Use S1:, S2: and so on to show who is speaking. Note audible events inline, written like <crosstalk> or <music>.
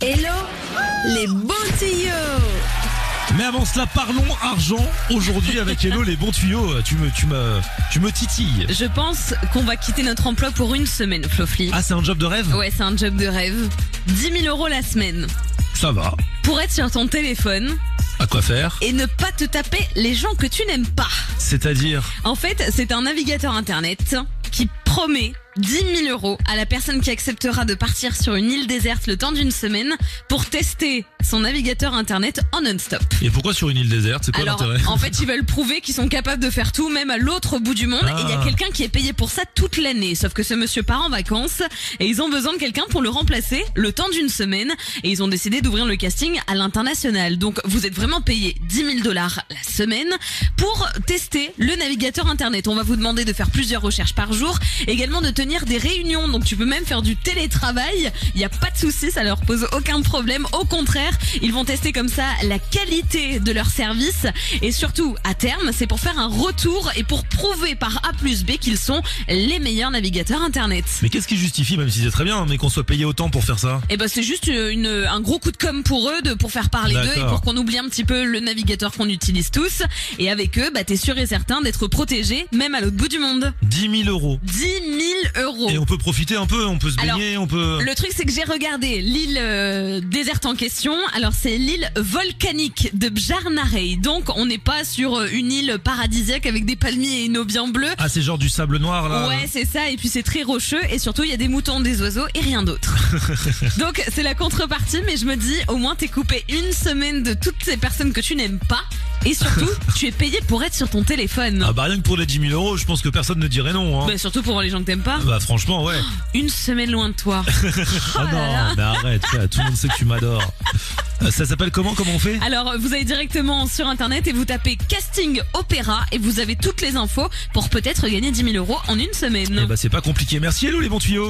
S1: Hello les bons tuyaux
S2: Mais avant cela, parlons argent aujourd'hui avec Hello les bons tuyaux. euh, Tu me, tu me, tu me titilles.
S1: Je pense qu'on va quitter notre emploi pour une semaine, Flofli.
S2: Ah, c'est un job de rêve
S1: Ouais, c'est un job de rêve. 10 000 euros la semaine
S2: Ça va.
S1: pour être sur ton téléphone
S2: À quoi faire
S1: et ne pas te taper les gens que tu n'aimes pas.
S2: C'est-à-dire
S1: En fait, c'est un navigateur internet qui promet 10 000 euros à la personne qui acceptera de partir sur une île déserte le temps d'une semaine pour tester son navigateur internet en non-stop.
S2: Et pourquoi sur une île déserte C'est quoi
S1: Alors,
S2: l'intérêt
S1: en fait, ils veulent prouver qu'ils sont capables de faire tout, même à l'autre bout du monde. Et il y a
S2: Ah.
S1: quelqu'un qui est payé pour ça toute l'année. Sauf que ce monsieur part en vacances et ils ont besoin de quelqu'un pour le remplacer le temps d'une semaine. Et ils ont décidé d'ouvrir le casting à l'international. Donc, vous êtes vraiment payé 10 000 dollars la semaine pour tester le navigateur internet. On va vous demander de faire plusieurs recherches par jour, également de tenir des réunions. Donc, tu peux même faire du télétravail. Il n'y a pas de souci, ça leur pose aucun problème. Au contraire, ils vont tester comme ça la qualité de leur service. Et surtout, à terme, c'est pour faire un retour et pour prouver par A plus B qu'ils sont les meilleurs navigateurs Internet.
S2: Mais qu'est-ce qui justifie, même si c'est très bien, hein, mais qu'on soit payé autant pour faire ça
S1: Et ben c'est juste une, un gros coup de com pour eux de, pour faire parler d'eux et pour
S2: D'accord.
S1: qu'on oublie un petit peu le navigateur qu'on utilise tous. Et avec eux, bah, t'es sûr et certain d'être protégé, même à l'autre bout du monde.
S2: 10 000 euros.
S1: 10 000 euros.
S2: Et on peut profiter un peu, on peut se
S1: Oh. Alors,
S2: baigner, on peut...
S1: Le truc, c'est que j'ai regardé l'île euh, déserte en question. Alors, c'est l'île volcanique de Bjarnarey. Donc, on n'est pas sur euh, une île paradisiaque avec des palmiers et une eau bien bleue.
S2: Ah, c'est genre du sable noir là
S1: Ouais, c'est ça. Et puis, c'est très rocheux. Et surtout, il y a des moutons, des oiseaux et rien
S2: <laughs>
S1: d'autre. Donc, c'est la contrepartie. Mais je me dis, au moins, t'es coupé une semaine de toutes ces personnes que tu n'aimes pas. Et
S2: <laughs>
S1: surtout, tu es payé pour être sur ton téléphone.
S2: Ah bah rien que pour les 10 000 euros, je pense que personne ne dirait non. Hein.
S1: Bah, surtout pour les gens que t'aimes pas.
S2: Bah franchement, ouais.
S1: Une semaine loin de toi.
S2: Ah
S1: Oh là
S2: non,
S1: là.
S2: mais arrête, ça, tout le monde sait que tu m'adores. Euh, Ça s'appelle comment Comment on fait
S1: Alors, vous allez directement sur internet et vous tapez casting opéra et vous avez toutes les infos pour peut-être gagner 10 000 euros en une semaine.
S2: Eh bah c'est pas compliqué. Merci Hello les bons tuyaux